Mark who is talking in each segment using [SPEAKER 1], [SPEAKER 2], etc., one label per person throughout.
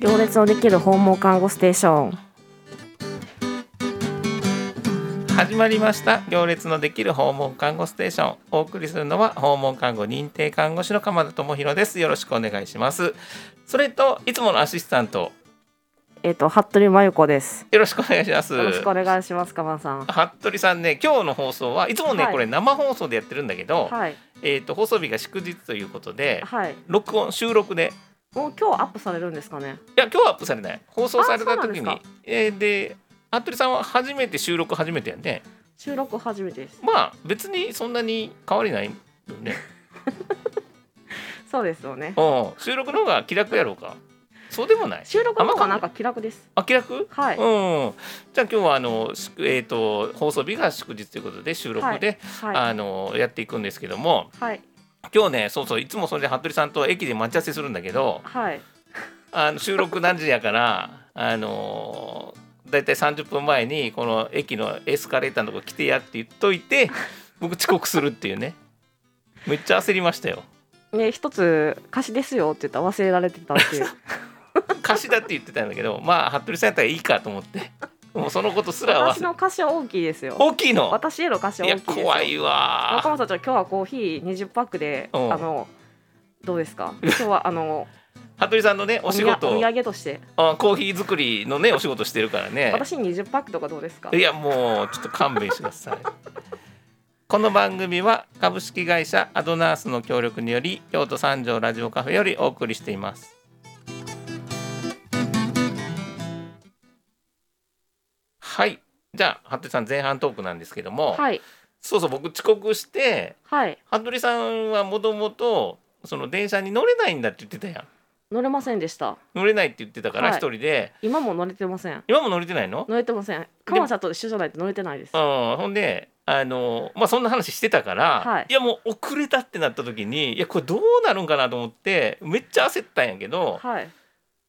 [SPEAKER 1] 行列のできる訪問看護ステーション
[SPEAKER 2] 始まりました行列のできる訪問看護ステーションお送りするのは訪問看護認定看護師の鎌田智博ですよろしくお願いしますそれといつものアシスタント
[SPEAKER 1] えっ、と服部真由子です
[SPEAKER 2] よろしくお願いします
[SPEAKER 1] よろしくお願いしますかまさん
[SPEAKER 2] 服部さんね今日の放送はいつもね、
[SPEAKER 1] はい
[SPEAKER 2] これ生放送でやってるんだけど、
[SPEAKER 1] はい
[SPEAKER 2] えっ、と放送日が祝日ということで
[SPEAKER 1] はい
[SPEAKER 2] 録音収録で
[SPEAKER 1] もう今日アップされるんですかね
[SPEAKER 2] いや今日はアップされない放送された
[SPEAKER 1] あそうなん
[SPEAKER 2] 時
[SPEAKER 1] です
[SPEAKER 2] に
[SPEAKER 1] か
[SPEAKER 2] えーで服部さんは初めて収録初めてやんね
[SPEAKER 1] 収録初めてです
[SPEAKER 2] まあ別にそんなに変わりないよね
[SPEAKER 1] そうですよね
[SPEAKER 2] うん収録の方が気楽やろうかそうでもない
[SPEAKER 1] 収録の方がなんか気楽です
[SPEAKER 2] あ気楽
[SPEAKER 1] はい、
[SPEAKER 2] うんじゃあ今日はあの、しえー、と放送日が祝日ということで収録で、
[SPEAKER 1] はい
[SPEAKER 2] あのやっていくんですけども
[SPEAKER 1] はい
[SPEAKER 2] 今日ねそうそういつもそれで服部さんと駅で待ち合わせするんだけど
[SPEAKER 1] はい
[SPEAKER 2] あの収録何時やからあのだいたい30分前にこの駅のエスカレーターのとこ来てやって言っといて僕遅刻するっていうねめっちゃ焦りましたよ
[SPEAKER 1] ね一つ貸しですよって言ったら忘れられてたっていう
[SPEAKER 2] 貸しだって言ってたんだけどまあ服部さんやったらいいかと思ってもう そのことすら忘
[SPEAKER 1] 私
[SPEAKER 2] れ
[SPEAKER 1] の貸しは大きいですよ
[SPEAKER 2] 大きいの
[SPEAKER 1] 私への貸し
[SPEAKER 2] い
[SPEAKER 1] は
[SPEAKER 2] や
[SPEAKER 1] 大きいですよ
[SPEAKER 2] 怖いわ
[SPEAKER 1] 中本さんちょっと今日はコーヒー20パックであ
[SPEAKER 2] うん
[SPEAKER 1] のどうです か今日はあの
[SPEAKER 2] 服部さんのねお仕
[SPEAKER 1] お土
[SPEAKER 2] 事
[SPEAKER 1] お土産として
[SPEAKER 2] あコーヒー作りのねお仕事してるからね
[SPEAKER 1] 私に20パックとかどうですか
[SPEAKER 2] いやもうちょっと勘弁してくださいこの番組は株式会社アドナースの協力により京都三条ラジオカフェよりお送りしていますはいじゃあ服部さん前半トークなんですけども、
[SPEAKER 1] はい
[SPEAKER 2] そうそう僕遅刻して
[SPEAKER 1] はい
[SPEAKER 2] 服部さんはもともとその電車に乗れないんだって言ってたやん
[SPEAKER 1] 乗れませんでした
[SPEAKER 2] 乗れないって言ってたから
[SPEAKER 1] はい
[SPEAKER 2] 一人で、
[SPEAKER 1] 今も乗れてません
[SPEAKER 2] 今も乗れてないの
[SPEAKER 1] 乗れてません鎌田と一緒じゃないと乗れてないです
[SPEAKER 2] うん、ほんであのまあそんな話してたから、
[SPEAKER 1] はい
[SPEAKER 2] やもう遅れたってなった時にいやこれどうなるんかなと思ってめっちゃ焦ったんやけど、
[SPEAKER 1] はい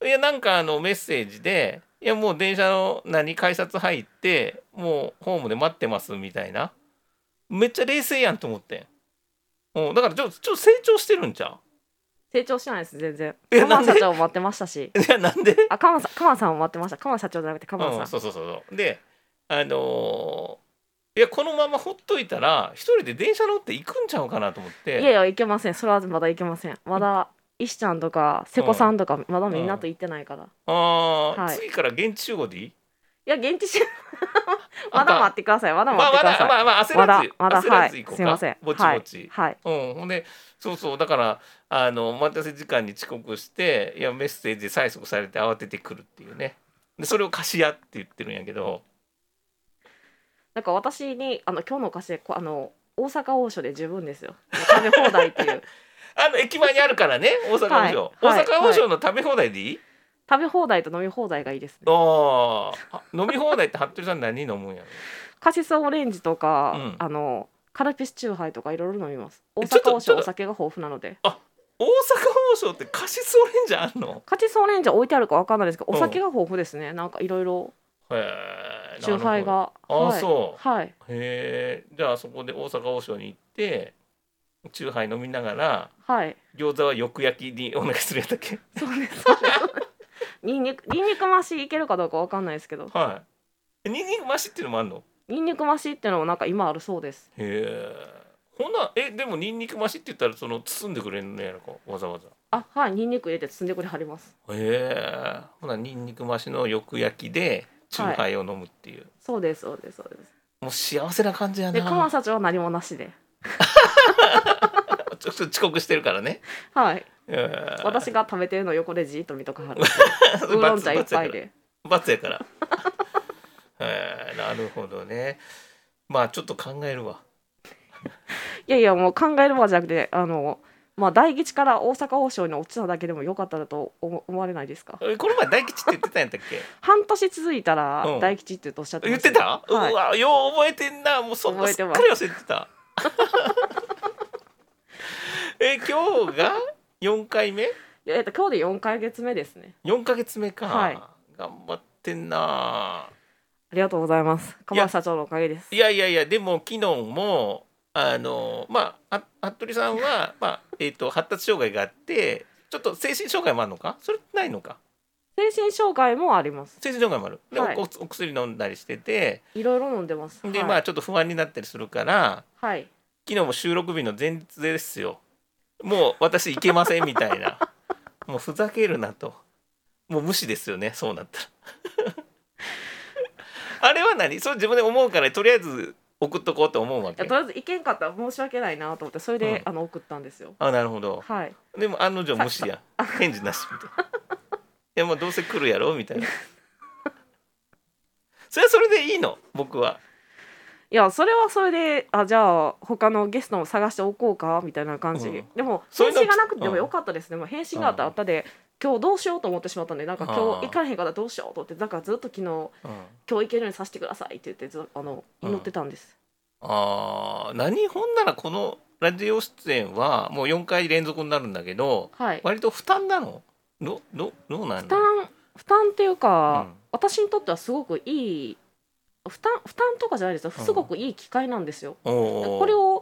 [SPEAKER 2] い、やなんかあのメッセージで「いやもう電車の何改札入ってもうホームで待ってます」みたいなめっちゃ冷静やんと思ってん、うん、だからちょちょっと成長してるんちゃ
[SPEAKER 1] 成長してないです全然
[SPEAKER 2] えな
[SPEAKER 1] 鎌
[SPEAKER 2] んで
[SPEAKER 1] 田社長も待ってましたし
[SPEAKER 2] う いやなんで
[SPEAKER 1] あ鎌田さん鎌田さんも待ってました鎌田社長じゃなくて鎌
[SPEAKER 2] う
[SPEAKER 1] 田
[SPEAKER 2] ん、
[SPEAKER 1] さん
[SPEAKER 2] そうそうそうそうであのーいやこのままほっといたら一人で電車乗って行くんちゃうかなと思って
[SPEAKER 1] いやいや行けませんそれはまだ行けませんまだ石ちゃんとか瀬古さんとかまだみんなと行ってないから
[SPEAKER 2] あー
[SPEAKER 1] はい
[SPEAKER 2] 次から現地集合でいい
[SPEAKER 1] いや現地集まだ待ってくださいまだ
[SPEAKER 2] まあ
[SPEAKER 1] 待ってくだ
[SPEAKER 2] まだ
[SPEAKER 1] さい
[SPEAKER 2] まあまあ焦
[SPEAKER 1] ま
[SPEAKER 2] ら
[SPEAKER 1] だ
[SPEAKER 2] ず
[SPEAKER 1] まだ
[SPEAKER 2] 焦ら
[SPEAKER 1] は
[SPEAKER 2] ず
[SPEAKER 1] い
[SPEAKER 2] 行こう
[SPEAKER 1] す
[SPEAKER 2] か、
[SPEAKER 1] いません
[SPEAKER 2] ぼち
[SPEAKER 1] は
[SPEAKER 2] ぼ
[SPEAKER 1] い
[SPEAKER 2] ち、
[SPEAKER 1] はい
[SPEAKER 2] うんほんでそうそうだからあのお待たせ時間に遅刻していやメッセージで催促されて慌ててくるっていうねでそれを貸し屋って言ってるんやけど
[SPEAKER 1] なんか私にあの今日のお菓子でこあの大阪王将で十分ですよ食べ放題っていう
[SPEAKER 2] あの駅前にあるからね大阪王将、
[SPEAKER 1] はいはい
[SPEAKER 2] 大阪王将の食べ放題でいい、
[SPEAKER 1] 食べ放題と飲み放題がいいですね
[SPEAKER 2] あーあ飲み放題って服部さん何飲むんやろ
[SPEAKER 1] カシスオレンジとか、
[SPEAKER 2] うん
[SPEAKER 1] あのカルピスチューハイとかいろいろ飲みます大
[SPEAKER 2] えちょっと
[SPEAKER 1] 阪王
[SPEAKER 2] ちょ
[SPEAKER 1] 将
[SPEAKER 2] っ
[SPEAKER 1] お
[SPEAKER 2] と
[SPEAKER 1] 酒が豊富なので
[SPEAKER 2] 大阪王将ってカシスオレンジあんの
[SPEAKER 1] カシスオレンジは置いてあるかわかんないですけど
[SPEAKER 2] うん
[SPEAKER 1] お酒が豊富ですね、なんかいろいろ
[SPEAKER 2] へえ
[SPEAKER 1] チューハイが
[SPEAKER 2] あー
[SPEAKER 1] はい
[SPEAKER 2] そう
[SPEAKER 1] はい
[SPEAKER 2] へえじゃあそこで大阪王将に行ってチューハイ飲みながら
[SPEAKER 1] はい
[SPEAKER 2] 餃子はよく焼きにお願いするやったっけ
[SPEAKER 1] そうですそうですニンニク ニンニク増しいけるかどうかわかんないですけど
[SPEAKER 2] はいニンニク増しっていうのもあんの
[SPEAKER 1] ニンニク増しっていうのもなんか今あるそうです
[SPEAKER 2] へえほなえでもニンニク増しって言ったらその包んでくれんのやろかわざわざ
[SPEAKER 1] あはいニンニク入れて包んでくれはります
[SPEAKER 2] へえほなニンニク増しのよく焼きでチューハイを飲むっていう、
[SPEAKER 1] そうですそうですそうです
[SPEAKER 2] もう幸せな感じや
[SPEAKER 1] で鎌
[SPEAKER 2] な
[SPEAKER 1] 田社長は何もなしで
[SPEAKER 2] ちょっと遅刻してるからね
[SPEAKER 1] はい
[SPEAKER 2] へえ
[SPEAKER 1] 私が食べてるの横でじーっと見とかはるウーロン
[SPEAKER 2] 罰
[SPEAKER 1] 茶一
[SPEAKER 2] 罰
[SPEAKER 1] 杯
[SPEAKER 2] やから
[SPEAKER 1] で
[SPEAKER 2] 罰やから へえなるほどねまあちょっと考えるわ
[SPEAKER 1] いやいやもう考えるまでじゃなくてあのまあ大吉から大阪王将に落ちただけでも良かっただと思思われないですか
[SPEAKER 2] えこの前大吉って言ってたんやったっけ
[SPEAKER 1] 半年続いた
[SPEAKER 2] う
[SPEAKER 1] ら
[SPEAKER 2] ん
[SPEAKER 1] 大吉っておっしゃって
[SPEAKER 2] 言
[SPEAKER 1] ま
[SPEAKER 2] っ
[SPEAKER 1] した
[SPEAKER 2] て
[SPEAKER 1] よ
[SPEAKER 2] た、
[SPEAKER 1] はいう
[SPEAKER 2] わよう覚えてんなもうそんな
[SPEAKER 1] 覚
[SPEAKER 2] す
[SPEAKER 1] え
[SPEAKER 2] ってか
[SPEAKER 1] ます
[SPEAKER 2] り忘れ てたえ今日が4回目
[SPEAKER 1] いやえっと今日で4ヶ月目ですね
[SPEAKER 2] 4か月目か、
[SPEAKER 1] はい
[SPEAKER 2] 頑張ってんな
[SPEAKER 1] ありがとうございます鎌田社長のおかげです
[SPEAKER 2] いやいやいやでも昨日もあのまああ服部さんは、まあえー、と発達障害があってちょっと精神障害もあるのかそれってないのか
[SPEAKER 1] 精精神障害もあります
[SPEAKER 2] 精神障害もあるで、
[SPEAKER 1] はい
[SPEAKER 2] おお薬飲んだりしてて
[SPEAKER 1] いろいろ飲んでます
[SPEAKER 2] で、
[SPEAKER 1] はい、
[SPEAKER 2] まあちょっと不安になったりするから
[SPEAKER 1] はい
[SPEAKER 2] 昨日も収録日の前日ですよもう私行けませんみた いなもうふざけるなともう無視ですよねそうなったら あれは何そう自分で思うからとりあえず送っとこうと思うわ
[SPEAKER 1] いや
[SPEAKER 2] け
[SPEAKER 1] とりあえず行けんかったら申し訳ないなと思ってそれで、
[SPEAKER 2] うん
[SPEAKER 1] あの送ったんですよ
[SPEAKER 2] あなるほど
[SPEAKER 1] はい
[SPEAKER 2] でも案の定無視や返事なしみたいないやもうどうせ来るやろみたいなそれはそれでいいの僕はい
[SPEAKER 1] やそれはそれであじゃあ他のゲストも探しておこうかみたいな感じ、
[SPEAKER 2] うん
[SPEAKER 1] でも
[SPEAKER 2] そうい
[SPEAKER 1] 返
[SPEAKER 2] うの
[SPEAKER 1] 信がなくても
[SPEAKER 2] うん
[SPEAKER 1] よかったですね、もう返信があったらあったで、今日どうしようと思ってしまったんでなんか今
[SPEAKER 2] あー
[SPEAKER 1] 日行かれへんからどうしようと思ってなんかずっと昨日今
[SPEAKER 2] うん
[SPEAKER 1] 日行けるようにさせてくださいって言ってずあの
[SPEAKER 2] うん
[SPEAKER 1] 祈ってたんです、
[SPEAKER 2] あー何ほんならこのラジオ出演はもう4回連続になるんだけど
[SPEAKER 1] はい
[SPEAKER 2] 割と負担なのどどどうなんの
[SPEAKER 1] 負担負担っていうか、
[SPEAKER 2] うん
[SPEAKER 1] 私にとってはすごくいい負担負担とかじゃないですよすごくいい機会なんですよ、
[SPEAKER 2] おー
[SPEAKER 1] これを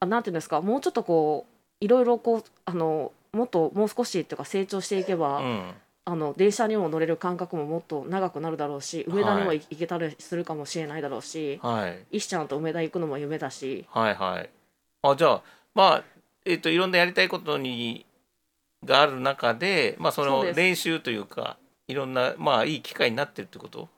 [SPEAKER 1] あなんていうんですかもうちょっとこういろいろこうあのもっともう少しっていうか成長していけば、
[SPEAKER 2] うん
[SPEAKER 1] あの電車にも乗れる間隔ももっと長くなるだろうし
[SPEAKER 2] はい
[SPEAKER 1] 梅田にも行行けたりするかもしれないだろうし、
[SPEAKER 2] はい
[SPEAKER 1] 石ちゃんと梅田行くのも夢だし
[SPEAKER 2] はいはいあじゃあまあえっ、といろんなやりたいことにがある中でまあそ
[SPEAKER 1] そう
[SPEAKER 2] の
[SPEAKER 1] です
[SPEAKER 2] 練習というかいろんなまあいい機会になってるってこと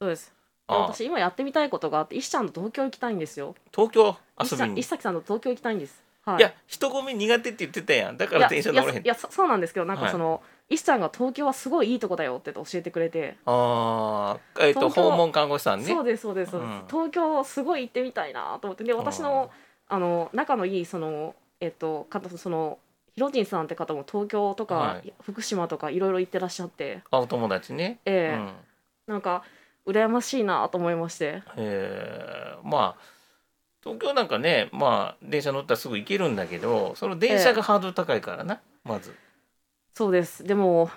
[SPEAKER 1] そうですで
[SPEAKER 2] あ
[SPEAKER 1] 私今やってみたいことがあって石ちゃんと東京行きたいんですよ
[SPEAKER 2] 東京
[SPEAKER 1] 石
[SPEAKER 2] 遊
[SPEAKER 1] ちゃ
[SPEAKER 2] び
[SPEAKER 1] ん
[SPEAKER 2] に
[SPEAKER 1] 石崎さんと東京行きたいんです、はい、
[SPEAKER 2] いや人混み苦手って言ってたやんだから電車乗れへ
[SPEAKER 1] いや
[SPEAKER 2] ん
[SPEAKER 1] いやそそうなんですけどなん
[SPEAKER 2] はい
[SPEAKER 1] かその、石ちゃんが東京はすごいいいとこだよって教えてくれて、
[SPEAKER 2] ああえっ、と
[SPEAKER 1] 東京
[SPEAKER 2] 訪問看護師さんね
[SPEAKER 1] そうですそうですそうです、
[SPEAKER 2] うん
[SPEAKER 1] 東京すごい行ってみたいなと思ってで私のあの仲のいいそのえっと方そのひろじんさんって方も東京とか、
[SPEAKER 2] はい
[SPEAKER 1] 福島とかいろいろ行ってらっしゃって
[SPEAKER 2] あお友達ね、
[SPEAKER 1] ええ
[SPEAKER 2] うん
[SPEAKER 1] なんか羨ましいなと思いまして
[SPEAKER 2] えーまあ東京なんかねまあ電車乗ったらすぐ行けるんだけどその電車がハードル高いからな、まず
[SPEAKER 1] そうですでも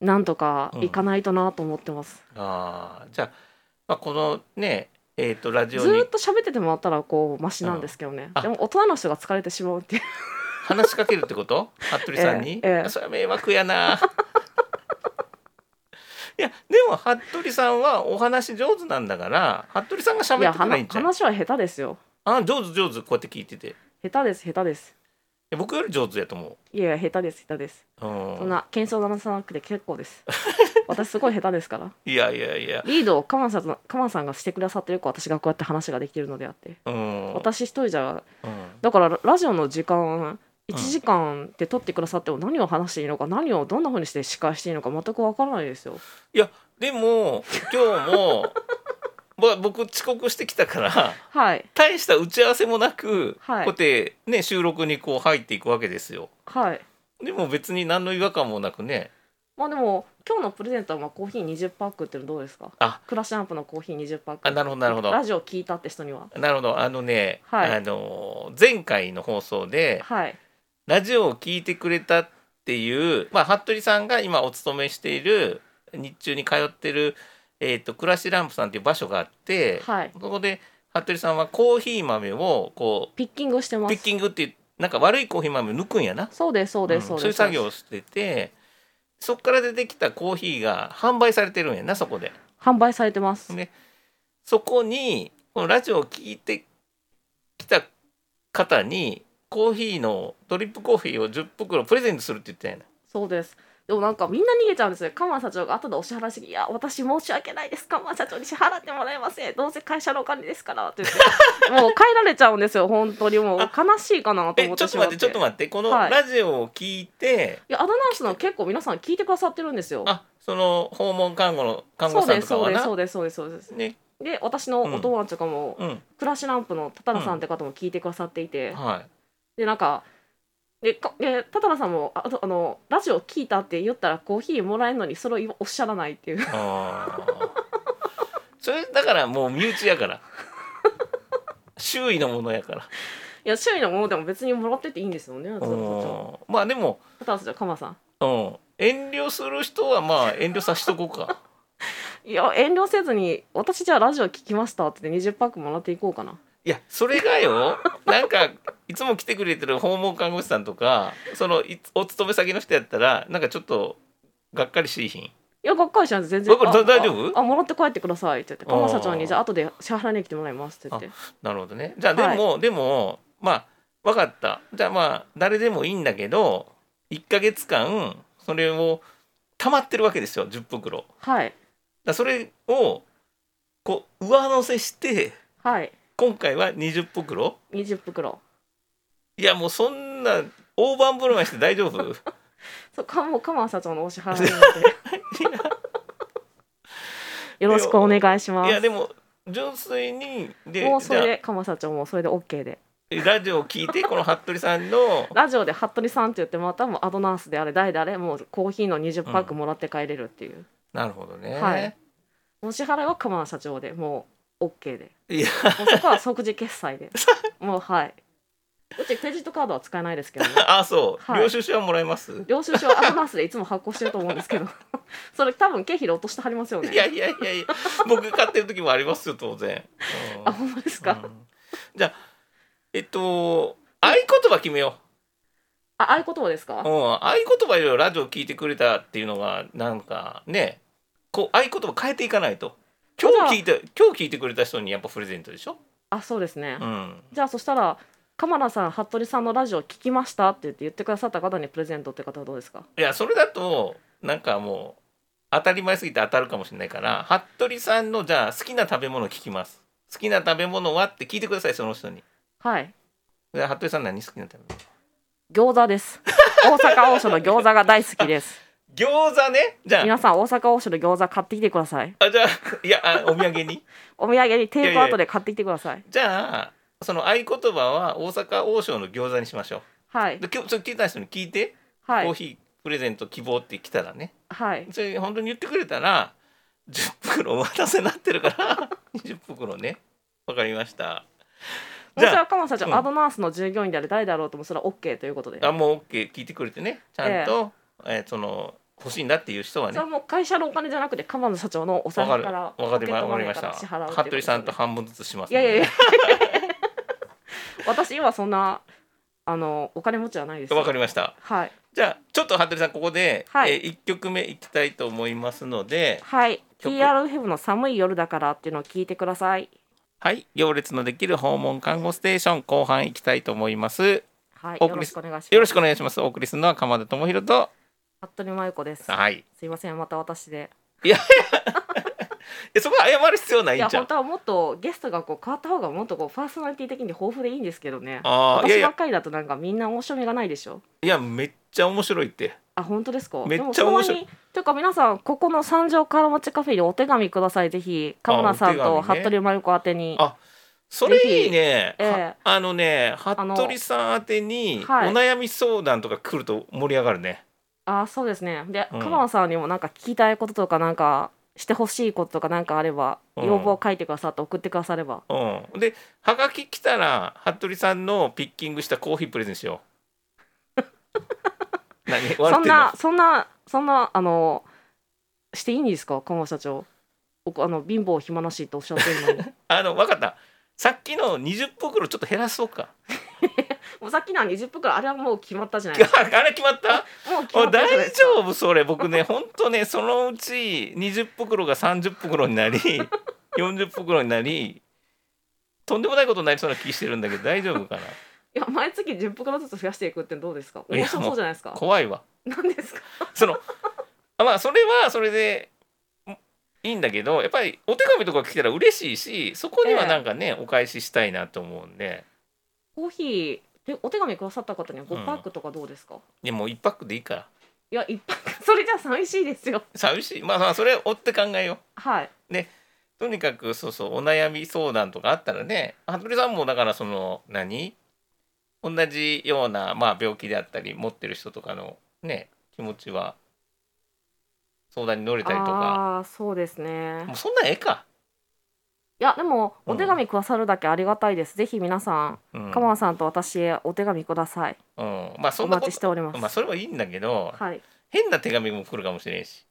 [SPEAKER 1] なんとか行かないとなと思ってます、
[SPEAKER 2] あーじゃあ,、まあこのねえっ、とラジオ
[SPEAKER 1] ずー
[SPEAKER 2] に
[SPEAKER 1] っと喋っててもらったらこうマシなんですけどね、
[SPEAKER 2] あ
[SPEAKER 1] でも大人の人が疲れてしまうっていう
[SPEAKER 2] 話しかけるってこと 服部さんに、
[SPEAKER 1] ええええ
[SPEAKER 2] それは迷惑やな いやでも服部さんはお話上手なんだから服部さんが
[SPEAKER 1] い
[SPEAKER 2] 喋
[SPEAKER 1] や
[SPEAKER 2] ってくればい
[SPEAKER 1] 話
[SPEAKER 2] いんじゃん
[SPEAKER 1] 話は下手ですよ
[SPEAKER 2] あ上手上手こうやって聞いててい
[SPEAKER 1] 下手です下手です
[SPEAKER 2] や僕より上手やと思う
[SPEAKER 1] いやいや下手です下手です
[SPEAKER 2] うん
[SPEAKER 1] そんな謙遜なさなくて結構です 私すごい下手ですから
[SPEAKER 2] いやいやいや、
[SPEAKER 1] リードをカマンさんとカマンさんがしてくださってるから私がこうやって話ができてるのであって
[SPEAKER 2] うん、
[SPEAKER 1] 私一人じゃ
[SPEAKER 2] うん
[SPEAKER 1] だからララジオの時間1時間で撮ってくださっても何を話していいのか何をどんなふうにして司会していいのか全くわからないですよ
[SPEAKER 2] でも今日も ぼ僕遅刻してきたから
[SPEAKER 1] はい
[SPEAKER 2] 大した打ち合わせもなく、
[SPEAKER 1] はい
[SPEAKER 2] こうやって、ね、収録にこう入っていくわけですよ。
[SPEAKER 1] はい
[SPEAKER 2] でも別に何の違和感もなくね
[SPEAKER 1] まあでも今日のプレゼントはまあコーヒー20パックっていうのどうですか
[SPEAKER 2] あ
[SPEAKER 1] クラシャンプのコーヒー20パック
[SPEAKER 2] あなるほどなるほど
[SPEAKER 1] ラジオ聞いたって人には
[SPEAKER 2] なるほどあのね、
[SPEAKER 1] はい
[SPEAKER 2] あの前回の放送で
[SPEAKER 1] はい
[SPEAKER 2] ラジオを聞いてくれたっていう、まあ、服部さんが今お勤めしている日中に通ってる、えー、と暮らしランプさんっていう場所があって、
[SPEAKER 1] はい
[SPEAKER 2] そこで服部さんはコーヒー豆をこう
[SPEAKER 1] ピッキングしてま
[SPEAKER 2] ピッ
[SPEAKER 1] す
[SPEAKER 2] キングっていうなんか悪いコーヒー豆を抜くんやな
[SPEAKER 1] そうですそうですそう
[SPEAKER 2] うん
[SPEAKER 1] です
[SPEAKER 2] そういう作業をしててそこから出てきたコーヒーが販売されてるんやなそこで
[SPEAKER 1] 販売されてます
[SPEAKER 2] ねそこにこのラジオを聞いてきた方にコーヒーのドリップコーヒーを10袋プレゼントするって言ったんやな
[SPEAKER 1] そうですでもなんかみんな逃げちゃうんですよ鎌田社長が後でお支払いして「いや私申し訳ないです鎌田社長に支払ってもらえませんどうせ会社のお金ですから」って言 ってもう帰られちゃうんですよ本当にもう
[SPEAKER 2] あ
[SPEAKER 1] 悲しいかなと
[SPEAKER 2] え
[SPEAKER 1] 思っ
[SPEAKER 2] ち
[SPEAKER 1] て
[SPEAKER 2] ょっ
[SPEAKER 1] し
[SPEAKER 2] と
[SPEAKER 1] ま
[SPEAKER 2] 待
[SPEAKER 1] っ
[SPEAKER 2] っててちょっと待ってこの
[SPEAKER 1] はい
[SPEAKER 2] ラジオを聞いて、
[SPEAKER 1] いやアナウンスの結構皆さん聞いてくださってるんですよ
[SPEAKER 2] あその訪問看護の看護
[SPEAKER 1] そう
[SPEAKER 2] 師さん
[SPEAKER 1] ですそう
[SPEAKER 2] とかは
[SPEAKER 1] です
[SPEAKER 2] な
[SPEAKER 1] そうですそうですそうです
[SPEAKER 2] ね
[SPEAKER 1] で私のお友達とかも、
[SPEAKER 2] うん
[SPEAKER 1] クラシランプのタタラさんって方も聞いてくださっていて、
[SPEAKER 2] は
[SPEAKER 1] でなんかでかでタタラさんもあとあのラジオ聞いたって言ったらコーヒーもらえるのにそれを今おっしゃらないっていう
[SPEAKER 2] いあーそれだからもう身内やから周囲のものやから
[SPEAKER 1] いや周囲のものでも別にもらってていいんですよね。ずっと
[SPEAKER 2] うんまあでも、
[SPEAKER 1] 片瀬さん、カマさん。
[SPEAKER 2] うん、遠慮する人はまあ遠慮さしとこう か
[SPEAKER 1] いや遠慮せずに私じゃあラジオ聞きましたって言って20パックもらっていこうかな。
[SPEAKER 2] いやそれがよなんかいつも来てくれてる訪問看護師さんとかそのいつお勤め先の人やったらなんかちょっとがっかりしいひん
[SPEAKER 1] いやがっかりしないです全然
[SPEAKER 2] がっかり
[SPEAKER 1] あ
[SPEAKER 2] 大丈夫
[SPEAKER 1] ああもらって帰ってくださいって言って
[SPEAKER 2] あー
[SPEAKER 1] カマ社長にじゃあ後で支払いに来てもらいますって言って
[SPEAKER 2] なるほどねじゃあでも、でもまあ分かったじゃあまあ誰でもいいんだけど1ヶ月間それを溜まってるわけですよ10袋だか
[SPEAKER 1] はい
[SPEAKER 2] らそれをこう上乗せして
[SPEAKER 1] はい
[SPEAKER 2] 今回は20袋
[SPEAKER 1] 20袋
[SPEAKER 2] いやもうそんな大盤振る舞いして大丈 夫
[SPEAKER 1] そうかもうカマ社長のお支払いなんでよろしくお願いしま
[SPEAKER 2] いや
[SPEAKER 1] す
[SPEAKER 2] でも純粋にで
[SPEAKER 1] もうそれ
[SPEAKER 2] じゃ
[SPEAKER 1] でカマ社長もそれで OK で
[SPEAKER 2] あラジオを聞いてこの服部さん の
[SPEAKER 1] ラジオで服部さんって言ってまたもうアドナンスであれ誰誰もうコーヒーの20パックもらって帰れるっていう、
[SPEAKER 2] なるほどね、
[SPEAKER 1] はいお支払いは鎌田社長でもう OK で
[SPEAKER 2] いや
[SPEAKER 1] もうそこは即時決済でもうはいうちクレジットカードは使えないですけどね
[SPEAKER 2] あそう、
[SPEAKER 1] はい
[SPEAKER 2] 領収書はもらえます
[SPEAKER 1] 領収書はアドナンスでいつも発行してると思うんですけど それ多分経費で落としてはりますよね
[SPEAKER 2] いやいやいやいや僕買ってる時もありますよ当然、うん
[SPEAKER 1] あほんまですか、
[SPEAKER 2] うんじゃあえっと合言葉決めよ
[SPEAKER 1] あああいうことです
[SPEAKER 2] う、うん、
[SPEAKER 1] か
[SPEAKER 2] 合言葉よりラジオ聞いてくれたっていうのがなんかねこう合言葉変えていかないと今日聞いて今日聞いてくれた人にやっぱプレゼントでしょ、
[SPEAKER 1] あそうですね、
[SPEAKER 2] うん、
[SPEAKER 1] じゃあそしたら鎌田さん服部さんのラジオ聞きましたって言って言ってくださった方にプレゼントって方はどうですか
[SPEAKER 2] いやそれだとなんかもう当たり前すぎて当たるかもしれないから服部さんのじゃあ好きな食べ物聞きます好きな食べ物はって聞いてくださいその人に
[SPEAKER 1] はい
[SPEAKER 2] で服部さん何好きな食べ物
[SPEAKER 1] 餃子です 大阪王将の餃子が大好きです
[SPEAKER 2] 餃子ねじゃあ
[SPEAKER 1] 皆さん大阪王将の餃子買ってきてください
[SPEAKER 2] あじゃ あいやあお土産に
[SPEAKER 1] お土産にテイクアウトで買ってきてください
[SPEAKER 2] じゃあその合言葉は大阪王将の餃子にしましょ
[SPEAKER 1] はい、
[SPEAKER 2] うで今日それ聞いた人に聞いて、
[SPEAKER 1] は
[SPEAKER 2] コー
[SPEAKER 1] い、
[SPEAKER 2] ヒープレゼント希望って来たらね
[SPEAKER 1] はい、
[SPEAKER 2] それ本当に言ってくれたら10袋お待たせになってるから 20袋ねわかりました
[SPEAKER 1] もしは鎌田社長、
[SPEAKER 2] うん
[SPEAKER 1] アドナースの従業員であれ誰だろうともそれは OK ということで、
[SPEAKER 2] あもう OK 聞いてくれてねちゃんと、えーその欲しいんだっていう人は
[SPEAKER 1] そ
[SPEAKER 2] ね
[SPEAKER 1] れはもう会社のお金じゃなくて鎌田社長のお
[SPEAKER 2] わ
[SPEAKER 1] 財
[SPEAKER 2] か
[SPEAKER 1] 布
[SPEAKER 2] る
[SPEAKER 1] から
[SPEAKER 2] わかり
[SPEAKER 1] ポケッ
[SPEAKER 2] ま
[SPEAKER 1] ト
[SPEAKER 2] わか
[SPEAKER 1] マネ
[SPEAKER 2] り
[SPEAKER 1] ー
[SPEAKER 2] ま
[SPEAKER 1] か
[SPEAKER 2] し
[SPEAKER 1] ら
[SPEAKER 2] た
[SPEAKER 1] 支払う
[SPEAKER 2] 服部さんと
[SPEAKER 1] い
[SPEAKER 2] 半分ずつします
[SPEAKER 1] やいやい
[SPEAKER 2] や
[SPEAKER 1] や私今そんなあのお金持ちじゃないですよ
[SPEAKER 2] わかりました
[SPEAKER 1] はい
[SPEAKER 2] じゃあちょっと服部さんここで、
[SPEAKER 1] はい
[SPEAKER 2] えー、1曲目いきたいと思いますので
[SPEAKER 1] はい
[SPEAKER 2] 曲
[SPEAKER 1] TRF の寒い夜だからっていうのを聞いてください
[SPEAKER 2] はい行列のできる訪問看護ステーション後半いきたいと思います
[SPEAKER 1] はい
[SPEAKER 2] お
[SPEAKER 1] よ
[SPEAKER 2] 送
[SPEAKER 1] ろ
[SPEAKER 2] り
[SPEAKER 1] しくお願いします
[SPEAKER 2] よろしくお願いしますお送りするのは鎌田智博と
[SPEAKER 1] 服部真由子です
[SPEAKER 2] はい
[SPEAKER 1] すいませんまた私で
[SPEAKER 2] えそこは謝る必要ないいん
[SPEAKER 1] や
[SPEAKER 2] じゃん
[SPEAKER 1] 本当はもっとゲストがこう変わった方がもっとこうパーソナリティ的に豊富でいいんですけどね
[SPEAKER 2] ああいや
[SPEAKER 1] 私ば
[SPEAKER 2] いや
[SPEAKER 1] っかりだとなんかみんな面白みがないでしょ
[SPEAKER 2] いやめっちゃ面白いって
[SPEAKER 1] あ本当ですか
[SPEAKER 2] めっちゃ
[SPEAKER 1] でもそんなに
[SPEAKER 2] 面白い
[SPEAKER 1] というか皆さんここの三条から町カフェにお手紙くださいぜひ鴨名さん
[SPEAKER 2] あ
[SPEAKER 1] と
[SPEAKER 2] お手紙ね
[SPEAKER 1] 服部真由子宛てに
[SPEAKER 2] あそれいいね、
[SPEAKER 1] ぜひ
[SPEAKER 2] は
[SPEAKER 1] ええ
[SPEAKER 2] あのね
[SPEAKER 1] あの
[SPEAKER 2] 服部さん宛てにお
[SPEAKER 1] はい
[SPEAKER 2] 悩み相談とか来ると盛り上がるね、
[SPEAKER 1] あそうですねで
[SPEAKER 2] うん
[SPEAKER 1] 鴨名さんにもなんか聞きたいこととかなんかしてほしいこととかなんかあれば
[SPEAKER 2] うん
[SPEAKER 1] 要望を書いてくださって送ってくだされば
[SPEAKER 2] うん、ではがき来たら服部さんのピッキングしたコーヒープレゼントしよ う何笑っての
[SPEAKER 1] そんなそんなそんなあのしていいんですか鴨名社長僕あの貧乏暇なしっておっしゃってるのに
[SPEAKER 2] あの分かったさっきの20袋ちょっと減らそうか
[SPEAKER 1] もうさっきのは20分くらいあれはもう決まったじゃないです
[SPEAKER 2] あれ決まった
[SPEAKER 1] かもう決ま
[SPEAKER 2] あ
[SPEAKER 1] ったじゃない
[SPEAKER 2] 大
[SPEAKER 1] ですか
[SPEAKER 2] 丈夫それ 僕ねほんとねそのうち20袋が30袋 になり40袋になりとんでもないことになりそうな気してるんだけど大丈夫 かない
[SPEAKER 1] や毎月10袋ずつ増やしていくってどうですか
[SPEAKER 2] いや
[SPEAKER 1] 面白そうじゃないですか
[SPEAKER 2] 怖いわ
[SPEAKER 1] 何ですか
[SPEAKER 2] そのあまあそれはそれでんいいんだけどやっぱりお手紙とか来たら嬉しいしそこにはなんかね、お返ししたいなと思うんで
[SPEAKER 1] コーヒーでお手紙くださった方には
[SPEAKER 2] うん
[SPEAKER 1] 5パックとかどうですか、
[SPEAKER 2] でもう1パックでいいから
[SPEAKER 1] いや1パック それじゃ寂しいですよ
[SPEAKER 2] 寂しいまあまあそれ追って考えよう
[SPEAKER 1] はい
[SPEAKER 2] とにかくそうそうお悩み相談とかあったらね服部さんもだからその何同じような、まあ、病気であったり持ってる人とかのね気持ちは相談に乗れたりとか
[SPEAKER 1] ああーそうですね
[SPEAKER 2] もうそんなんええか、
[SPEAKER 1] いやでも
[SPEAKER 2] うん
[SPEAKER 1] お手紙くださるだけありがたいです、ぜひ皆さん
[SPEAKER 2] うん
[SPEAKER 1] 鎌田さんと私へお手紙ください
[SPEAKER 2] うん、まあそ
[SPEAKER 1] お
[SPEAKER 2] んなこ
[SPEAKER 1] 待ちし
[SPEAKER 2] と
[SPEAKER 1] ております、
[SPEAKER 2] まあそれはいいんだけど、
[SPEAKER 1] はい
[SPEAKER 2] 変な手紙も来るかもしれんし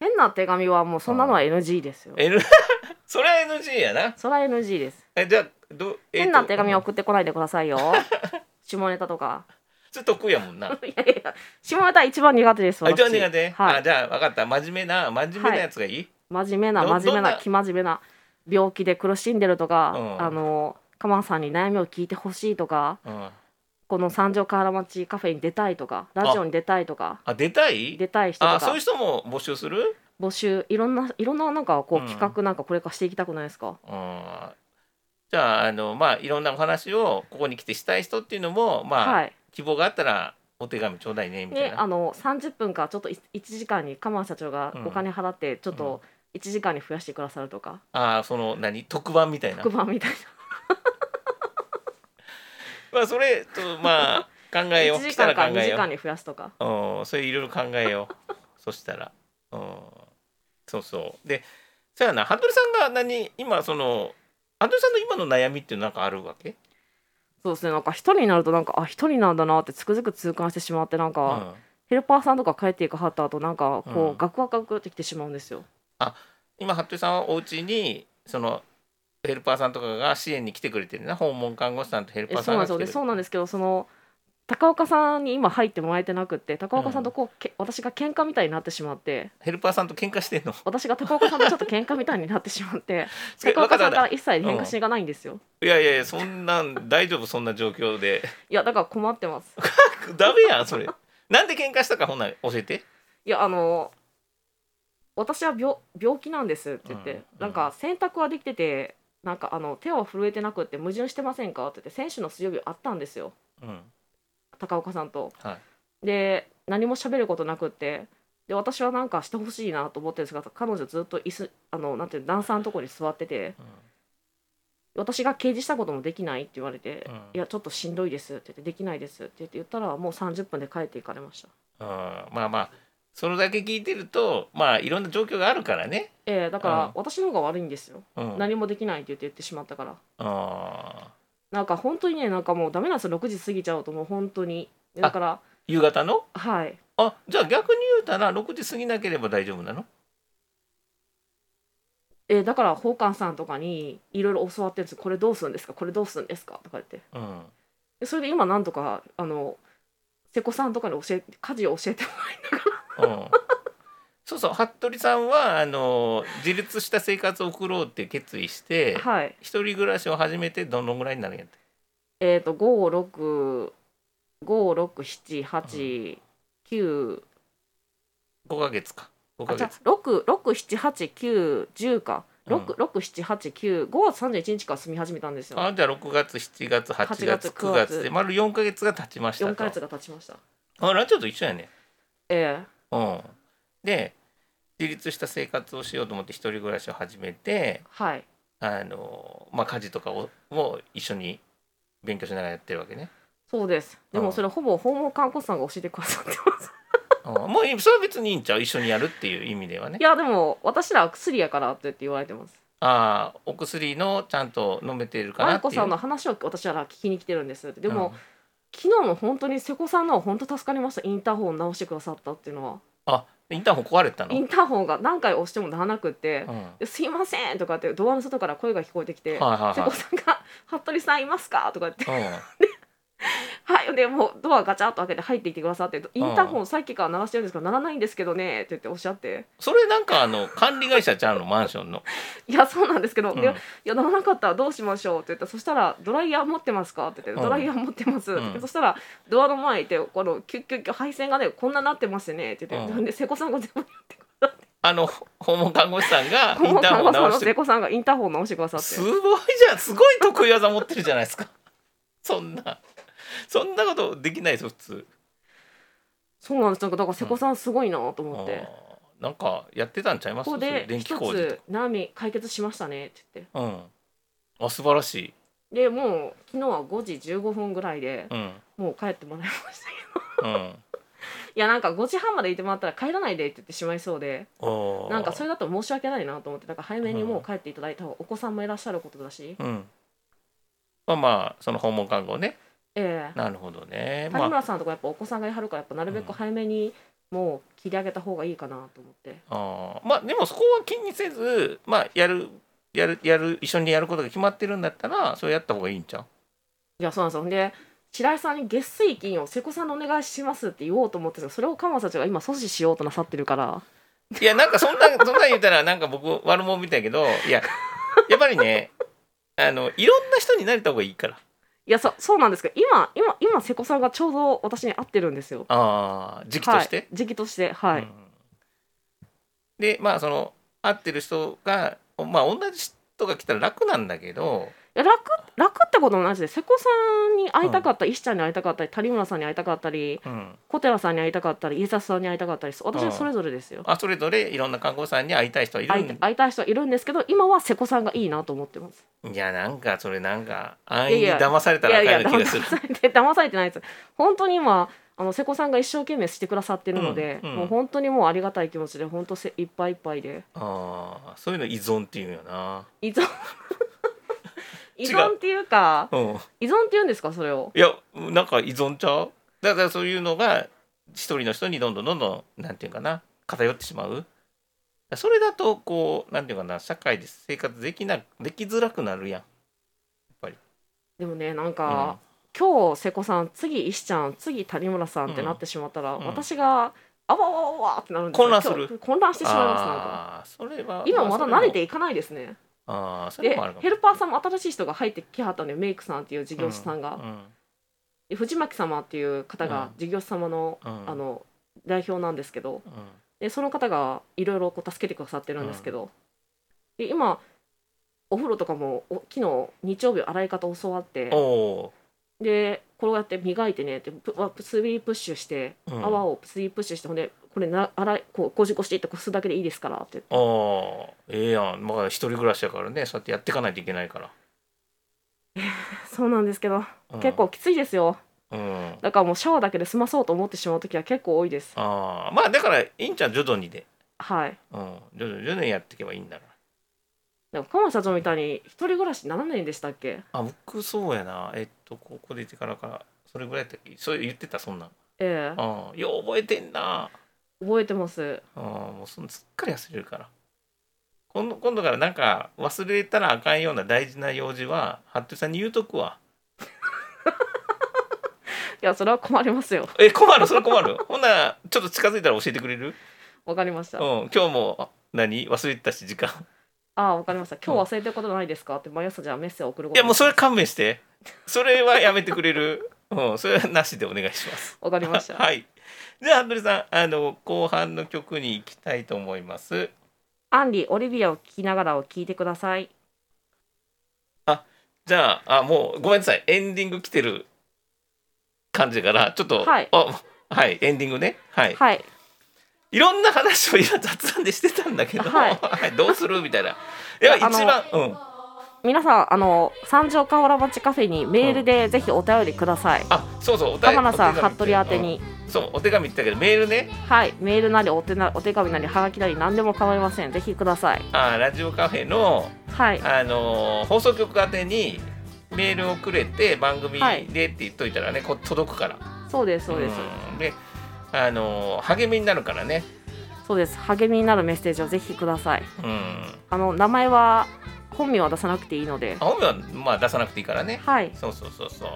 [SPEAKER 1] 変な手紙はもうそんなのは NG ですよ、
[SPEAKER 2] N それは NG やな
[SPEAKER 1] それは NG です
[SPEAKER 2] えじゃあど、えーと
[SPEAKER 1] 変な手紙を送ってこないでくださいよ 下ネタとか
[SPEAKER 2] ちょっと得意やも んな
[SPEAKER 1] いやいや下ネタ一番苦手です
[SPEAKER 2] あ
[SPEAKER 1] 私
[SPEAKER 2] 一番苦手、
[SPEAKER 1] は
[SPEAKER 2] あ
[SPEAKER 1] い
[SPEAKER 2] じゃあ分かった真面目な真面目なやつがいい、
[SPEAKER 1] 真面目な
[SPEAKER 2] ど
[SPEAKER 1] 真面目
[SPEAKER 2] どん
[SPEAKER 1] な
[SPEAKER 2] な
[SPEAKER 1] 生真面目な病気で苦しんでるとか、
[SPEAKER 2] うん
[SPEAKER 1] あのカマさんに悩みを聞いてほしいとか
[SPEAKER 2] うん、
[SPEAKER 1] この三条河原町カフェに出たいとかラジオに出たいとか
[SPEAKER 2] あ出たい
[SPEAKER 1] 出たい人
[SPEAKER 2] あ
[SPEAKER 1] と
[SPEAKER 2] そうい
[SPEAKER 1] か
[SPEAKER 2] う人も募集する
[SPEAKER 1] 募集いろんないろんななんかこう
[SPEAKER 2] うん
[SPEAKER 1] 企画なんかこれからしていきたくないですか、
[SPEAKER 2] うんじゃああのまあいろんなお話をここに来てしたい人っていうのもまあ、
[SPEAKER 1] はい
[SPEAKER 2] 希望があったらお手紙ちょうだいねみたい
[SPEAKER 1] ね
[SPEAKER 2] な。
[SPEAKER 1] あの30分かちょっと1時間にカマ社長が
[SPEAKER 2] うん
[SPEAKER 1] お金払ってちょっ
[SPEAKER 2] うん
[SPEAKER 1] と1時間に増やしてくださるとか、
[SPEAKER 2] ああその何特番みたいな
[SPEAKER 1] 特。番みたい
[SPEAKER 2] まあそれと まあ考
[SPEAKER 1] な
[SPEAKER 2] えよ
[SPEAKER 1] 1
[SPEAKER 2] う。
[SPEAKER 1] 時
[SPEAKER 2] 来た
[SPEAKER 1] 間
[SPEAKER 2] ら
[SPEAKER 1] から
[SPEAKER 2] 考
[SPEAKER 1] 2
[SPEAKER 2] え
[SPEAKER 1] 時
[SPEAKER 2] よ
[SPEAKER 1] 間に増やすとか
[SPEAKER 2] う。うんそれいろいろ考えよう。そしたら。うんそうそう。でそうやな服部さんが何今その服部さんの今の悩みっていうのなんかあるわけ、
[SPEAKER 1] そうですねなんか1人になるとなんかあ1人なんだなってつくづく痛感してしまってなん
[SPEAKER 2] う
[SPEAKER 1] か、
[SPEAKER 2] ん、
[SPEAKER 1] ヘルパーさんとか帰っていかはった後なんかこう、
[SPEAKER 2] うん
[SPEAKER 1] ガクガクガクってきてしまうんですよ
[SPEAKER 2] 今服部さんはお家にそのヘルパーさんとかが支援に来てくれてるな訪問看護師さんとヘル
[SPEAKER 1] え
[SPEAKER 2] パー
[SPEAKER 1] そ
[SPEAKER 2] さ
[SPEAKER 1] うんなんです
[SPEAKER 2] が来て
[SPEAKER 1] よ
[SPEAKER 2] くれ
[SPEAKER 1] で
[SPEAKER 2] て
[SPEAKER 1] そうなんですけどその高岡さんに今入ってもらえてなくって高岡さんとこう、け私が喧嘩みたいになってしまって
[SPEAKER 2] ヘルパーさんと喧嘩してんの
[SPEAKER 1] 私が高岡さんとちょっと喧嘩みたいになってしまって
[SPEAKER 2] それ
[SPEAKER 1] 高岡さんから
[SPEAKER 2] わ
[SPEAKER 1] 一切返信がないんですよ、
[SPEAKER 2] いやいやいやそんなん大丈夫そんな状況で
[SPEAKER 1] いやだから困ってます
[SPEAKER 2] ダメやんそれなんで喧嘩したかほんなら教えて
[SPEAKER 1] いやあの私は病病気なんですって言って、
[SPEAKER 2] うんうん
[SPEAKER 1] なんか選択はできててなんかあの手は震えてなくって矛盾してませんかって言って選手の水曜日あったんですよ
[SPEAKER 2] うん
[SPEAKER 1] 高岡さんと
[SPEAKER 2] はい
[SPEAKER 1] で何も喋ることなくってで私はなんかしてほしいなと思ってるんですが彼女ずっと椅子あのなんていうの段差のとこに座ってて私が掲示したこともできないって言われて、
[SPEAKER 2] うん
[SPEAKER 1] いやちょっとしんどいですって言ってできないですって言って言ったらもう30分で帰っていかれました
[SPEAKER 2] うん、まあまあそれだけ聞いてるとまあいろんな状況があるからね
[SPEAKER 1] ええだか
[SPEAKER 2] うん
[SPEAKER 1] ら私の方が悪いんですよ、
[SPEAKER 2] うん
[SPEAKER 1] 何もできないって言って言ってしまったから
[SPEAKER 2] あー
[SPEAKER 1] なんか本当にねなんかもうダメなんですよ6時過ぎちゃうともう本当にでだから
[SPEAKER 2] 夕方の
[SPEAKER 1] はい
[SPEAKER 2] あじゃあ逆に言うたら6時過ぎなければ大丈夫なの
[SPEAKER 1] えーだから宝冠さんとかにいろいろ教わってるんですよこれどうするんですかこれどうするんですかとか言って
[SPEAKER 2] うん
[SPEAKER 1] でそれで今なんとかあの瀬古さんとかに教え家事を教えてもらいながら
[SPEAKER 2] うんそうそう服部さんはあの自立した生活を送ろうって決意して
[SPEAKER 1] はい
[SPEAKER 2] 一人暮らしを始めてどのぐらいになるんやって
[SPEAKER 1] えっ、と5 6 5 6 7 8 9
[SPEAKER 2] 5ヶ月か5
[SPEAKER 1] あ
[SPEAKER 2] ヶ
[SPEAKER 1] じゃ
[SPEAKER 2] 月
[SPEAKER 1] 6 6 7 8 9 1 0か
[SPEAKER 2] うん
[SPEAKER 1] 6 6 7 8 9 5月31日から住み始めたんですよ
[SPEAKER 2] あじゃあ6月7月8
[SPEAKER 1] 8
[SPEAKER 2] 月
[SPEAKER 1] 月
[SPEAKER 2] 9月で
[SPEAKER 1] 9
[SPEAKER 2] 丸4ヶ月が経ちましたと
[SPEAKER 1] 4ヶ月が経ちました
[SPEAKER 2] あラジオと一緒やね
[SPEAKER 1] え
[SPEAKER 2] うんで自立した生活をしようと思って一人暮らしを始め
[SPEAKER 1] え
[SPEAKER 2] て
[SPEAKER 1] はい
[SPEAKER 2] あの、まあ、家事とかをも一緒に勉強しながらやってるわけね、
[SPEAKER 1] そうですで
[SPEAKER 2] うん
[SPEAKER 1] もそれほぼ訪問看護師さんが教えてくださってます
[SPEAKER 2] うん、もういいそれは別にいいんちゃう一緒にやるっていう意味ではね
[SPEAKER 1] いやでも私らは薬やからって言われてます
[SPEAKER 2] ああお薬のちゃんと飲めてるかな
[SPEAKER 1] 愛
[SPEAKER 2] ってい
[SPEAKER 1] 子
[SPEAKER 2] う
[SPEAKER 1] さんの話を私らは聞きに来てるんですってでも、
[SPEAKER 2] うん
[SPEAKER 1] 昨日も本当に瀬古さんのは本当助かりましたインターホン直してくださったっていうのは
[SPEAKER 2] あインターホン壊れたの
[SPEAKER 1] インターホンが何回押しても鳴らなくって
[SPEAKER 2] うん、はい
[SPEAKER 1] 「ですいません」とかってドアの外から声が聞こえてきて
[SPEAKER 2] は
[SPEAKER 1] 瀬古さんが「服部さんいますか?」とかって
[SPEAKER 2] いはい、うん
[SPEAKER 1] 「はい」でもうドアガチャッと開けて入っていってくださって「インターホンさっきから鳴らしてるんですけど鳴らないんですけどね」って言っておっしゃって
[SPEAKER 2] それなんかあの管理会社ちゃうのマンションの、
[SPEAKER 1] 「いやそうなんですけど、
[SPEAKER 2] うん
[SPEAKER 1] でいや鳴らなかったらどうしましょう」って言ったらそしたら「ドライヤー持ってますか?」って言って「
[SPEAKER 2] うん
[SPEAKER 1] ドライヤー持ってます」って言っ
[SPEAKER 2] うん
[SPEAKER 1] てそしたらドアの前にいてこのキュッキュッキュッ配線がねこんななってますねって言って、
[SPEAKER 2] うん
[SPEAKER 1] で瀬古さんが全部
[SPEAKER 2] あの訪問看護師さんがイ
[SPEAKER 1] 顧
[SPEAKER 2] ン
[SPEAKER 1] 問
[SPEAKER 2] ター
[SPEAKER 1] 看
[SPEAKER 2] ホ
[SPEAKER 1] 護師さん
[SPEAKER 2] ン
[SPEAKER 1] の
[SPEAKER 2] 直して
[SPEAKER 1] 瀬古さんがインターホンを直してくださって
[SPEAKER 2] すごいじゃんすごい得意技持ってるじゃないですか そんなそんなことできないですよ普通
[SPEAKER 1] そうなんですよだから瀬古さんすごいなと思って、
[SPEAKER 2] うんなんかやってたんちゃいます
[SPEAKER 1] ここ
[SPEAKER 2] そうい
[SPEAKER 1] で
[SPEAKER 2] う電気
[SPEAKER 1] 一
[SPEAKER 2] 工事と
[SPEAKER 1] つ悩み解決しましたねって言って
[SPEAKER 2] かうんあ素晴らしい、
[SPEAKER 1] でもう昨日は5時15分ぐらいで
[SPEAKER 2] うん
[SPEAKER 1] もう帰ってもらいましたけ
[SPEAKER 2] うん、
[SPEAKER 1] どいやなんか5時半までいてもらったら帰らないでって言ってしまいそうで
[SPEAKER 2] おー
[SPEAKER 1] なんかそれだと申し訳ないなと思ってだから早めにもう帰っていただいた方がお子さんもいらっしゃることだし、
[SPEAKER 2] うんまあまあその訪問看護ね
[SPEAKER 1] ええ
[SPEAKER 2] なるほどねま
[SPEAKER 1] 谷
[SPEAKER 2] あ
[SPEAKER 1] 村さんとかやっぱお子さんがいはるからやっぱなるべ
[SPEAKER 2] うん
[SPEAKER 1] く早めにもう切り上げた方がいいかなと思って、
[SPEAKER 2] あーまあでもそこは気にせずまあやるやるやる一緒にやることが決まってるんだったらそれやった方がいいんちゃう
[SPEAKER 1] いやそうなんですよほんで白井さんに月水金を瀬古さんのお願いしますって言おうと思ってたんですけどそれを鎌田たちが今阻止しようとなさってるから
[SPEAKER 2] いやなんかそんな そんなん言ったらなんか僕悪者みたいやけどいややっぱりねあのいろんな人になれた方がいいから
[SPEAKER 1] いやそそうなんですけど今今今瀬古さんがちょうど私に合ってるんですよ
[SPEAKER 2] ああ時期として、
[SPEAKER 1] はい、時期としてはい、
[SPEAKER 2] うんでまあその会ってる人がまあ同じ人が来たら楽なんだけど
[SPEAKER 1] いや楽楽ってこともないし瀬古さんに会いたかった、石ちゃんに会いたかったり谷村さんに会いたかったり
[SPEAKER 2] うん
[SPEAKER 1] 小寺さんに会いたかったり家達さんに会いたかったり私
[SPEAKER 2] うん
[SPEAKER 1] はそれぞれですよ、
[SPEAKER 2] あそれぞれいろんな看護師さんに会いたい人はいる
[SPEAKER 1] 会いた
[SPEAKER 2] ん
[SPEAKER 1] 会いたい人はいるんですけど今は瀬古さんがいいなと思ってます
[SPEAKER 2] いやなんかそれなんか安易
[SPEAKER 1] い
[SPEAKER 2] に
[SPEAKER 1] やいや
[SPEAKER 2] 騙された
[SPEAKER 1] い
[SPEAKER 2] ら
[SPEAKER 1] や
[SPEAKER 2] あ
[SPEAKER 1] い
[SPEAKER 2] かんよ
[SPEAKER 1] や
[SPEAKER 2] う
[SPEAKER 1] 騙
[SPEAKER 2] な気がする。
[SPEAKER 1] されて騙されてないです本当に今あの瀬古さんが一生懸命してくださってるので、
[SPEAKER 2] うんうん
[SPEAKER 1] もう本当にもうありがたい気持ちで本当せいっぱいいっぱいで
[SPEAKER 2] ああそういうの依存っていうんよな。
[SPEAKER 1] 依 存依
[SPEAKER 2] う
[SPEAKER 1] 存っていうか
[SPEAKER 2] うん、
[SPEAKER 1] 依存っていうんですかそれを
[SPEAKER 2] いやなんか依存ちゃうだからそういうのが一人の人にどんどんどんどんなんていうかな偏ってしまうそれだとこうなんていうかな社会で生活できなできづらくなるやん。
[SPEAKER 1] でもねなんか、今日瀬古さん次石ちゃん次谷村さんってなってしまったら、
[SPEAKER 2] うん
[SPEAKER 1] 私があわわわわってなるんですよ
[SPEAKER 2] 混乱す
[SPEAKER 1] 今
[SPEAKER 2] る
[SPEAKER 1] 日混乱してしまいますなんか
[SPEAKER 2] ああそれは
[SPEAKER 1] 今まだ慣れて
[SPEAKER 2] い
[SPEAKER 1] いかないですね
[SPEAKER 2] ああそれ
[SPEAKER 1] で
[SPEAKER 2] もあるかも
[SPEAKER 1] ヘルパーさんも新しい人が入ってきはったんでメイクさんっていう事業者さんが、で藤巻様っていう方が事業者様の,、
[SPEAKER 2] うんうん
[SPEAKER 1] あの代表なんですけど
[SPEAKER 2] うんうん
[SPEAKER 1] でその方がいろいろこう助けてくださってるんですけど、で今お風呂とかもお昨日日曜日洗い方教わって
[SPEAKER 2] おお
[SPEAKER 1] でこうやって磨いてねってプわスリープッシュして、
[SPEAKER 2] うん
[SPEAKER 1] 泡をスリープッシュしてほんでこれな洗いこうゴシゴシってこすだけでいいですからって
[SPEAKER 2] ああええやんまあ一人暮らしやからねそうやってやっていかないといけないから、
[SPEAKER 1] そうなんですけど、
[SPEAKER 2] うん
[SPEAKER 1] 結構きついですよ
[SPEAKER 2] うん
[SPEAKER 1] だからもうシャワーだけで済まそうと思ってしまう時は結構多いです
[SPEAKER 2] ああまあだからいいんちゃう徐々にで、
[SPEAKER 1] はい
[SPEAKER 2] うん、徐々に徐々にやっていけばいいんだか
[SPEAKER 1] でも鎌田社長みたいに一人暮らし7年でしたっけ
[SPEAKER 2] らあ僕そうやなえっと高校出てからからそれぐらいやったっけそう言ってたそんなん
[SPEAKER 1] ええ
[SPEAKER 2] うんよう覚えてんな
[SPEAKER 1] 覚えてます
[SPEAKER 2] うんもうそのすっかり忘れるから今度今度からなんか忘れたらあかんような大事な用事は服部さんに言うとくわ
[SPEAKER 1] いやそれは困りますよ
[SPEAKER 2] え困るそれ困るほんならちょっと近づいたら教えてくれる
[SPEAKER 1] わかりまし
[SPEAKER 2] う
[SPEAKER 1] た、
[SPEAKER 2] ん今日もあ何忘れてた し時間
[SPEAKER 1] ああわかりました今日忘れてることないですかって毎朝じゃあメッセージを送るこ
[SPEAKER 2] い
[SPEAKER 1] と
[SPEAKER 2] やもうそれ勘弁してそれはやめてくれるうんそれはなしでお願いします
[SPEAKER 1] わかりました
[SPEAKER 2] はいじゃあ服部さんあの後半の曲に行きたいと思います
[SPEAKER 1] アンリオリビアを聴きながらを聞いてください
[SPEAKER 2] じゃああもうごめんなさいエンディング来てる感じだからちょっと
[SPEAKER 1] はい
[SPEAKER 2] あはいエンディングねはい、
[SPEAKER 1] はい
[SPEAKER 2] い、ろんな話を今雑談でしてたんだけど、
[SPEAKER 1] はい
[SPEAKER 2] はいどうするみたいないや
[SPEAKER 1] いや
[SPEAKER 2] 一
[SPEAKER 1] あの
[SPEAKER 2] 番うん
[SPEAKER 1] 皆さんあの三条河原町カフェにメールでぜひお便りください。
[SPEAKER 2] あそうそうお便り
[SPEAKER 1] 玉名さん
[SPEAKER 2] お手紙
[SPEAKER 1] 服部宛てに、
[SPEAKER 2] うんそうお手紙って言ったけどメールね
[SPEAKER 1] はいメールなりお手なお手紙なりはがきなり何でも構いませんぜひください。
[SPEAKER 2] あラジオカフェの
[SPEAKER 1] はい
[SPEAKER 2] あのー放送局宛てにメールをくれて番組
[SPEAKER 1] は
[SPEAKER 2] でっ
[SPEAKER 1] い
[SPEAKER 2] て言っといたらね、こ届くから
[SPEAKER 1] そうですそうです、
[SPEAKER 2] うんであのー励みになるからね、
[SPEAKER 1] そうです励みになるメッセージをぜひください。
[SPEAKER 2] うん、
[SPEAKER 1] あの名前は本名は出さなくていいので、
[SPEAKER 2] あ本名はまあ出さなくていいからね
[SPEAKER 1] はい
[SPEAKER 2] そうそうそうそう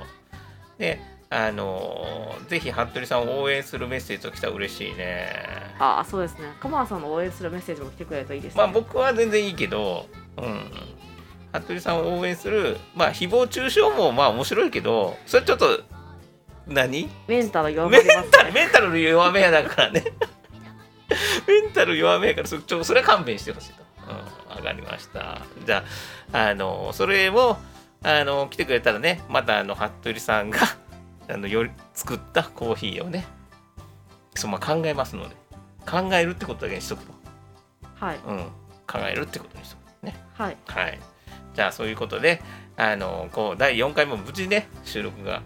[SPEAKER 2] であのーぜひ服部さんを応援するメッセージときたら嬉しいね
[SPEAKER 1] あそうですね玉名さんの応援するメッセージも来てくれるといいですね。
[SPEAKER 2] まあ僕は全然いいけどうん服部さんを応援するまあ誹謗中傷もまあ面白いけどそれちょっと何
[SPEAKER 1] メンタル弱ま
[SPEAKER 2] メン
[SPEAKER 1] ります。
[SPEAKER 2] タルメンタル弱めやだからねメンタル弱めやからそちょそれは勘弁してほしいと、うん、分かりましたじゃああのそれをあの来てくれたらねまたあの服部さんが あのより作ったコーヒーをねそう、まあ、考えますので考えるってことだけにしとくと、
[SPEAKER 1] はい
[SPEAKER 2] うん、考えるってことにしとくね
[SPEAKER 1] はい
[SPEAKER 2] はいじゃあそういうことであのこう第4回も無事ね収録が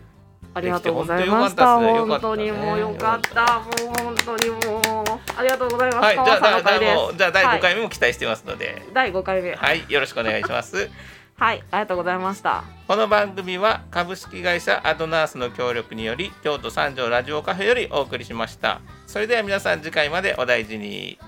[SPEAKER 1] ありがとうございました。
[SPEAKER 2] できて
[SPEAKER 1] 本
[SPEAKER 2] 本当
[SPEAKER 1] 当
[SPEAKER 2] に
[SPEAKER 1] に
[SPEAKER 2] よ
[SPEAKER 1] もうよ
[SPEAKER 2] か
[SPEAKER 1] か
[SPEAKER 2] っ
[SPEAKER 1] ったた。もう本当にもうありがとうございます。
[SPEAKER 2] はい、じゃあ、
[SPEAKER 1] 川さんの
[SPEAKER 2] だ
[SPEAKER 1] 会
[SPEAKER 2] じゃあも
[SPEAKER 1] で
[SPEAKER 2] うじゃあ第
[SPEAKER 1] はい
[SPEAKER 2] 5回目も期待してますので、
[SPEAKER 1] す。第5回目。
[SPEAKER 2] はい、よろしくお願いします。
[SPEAKER 1] はい、ありがとうございました。
[SPEAKER 2] この番組は株式会社アドナースの協力により、京都三条ラジオカフェよりお送りしました。それでは皆さん次回までお大事に。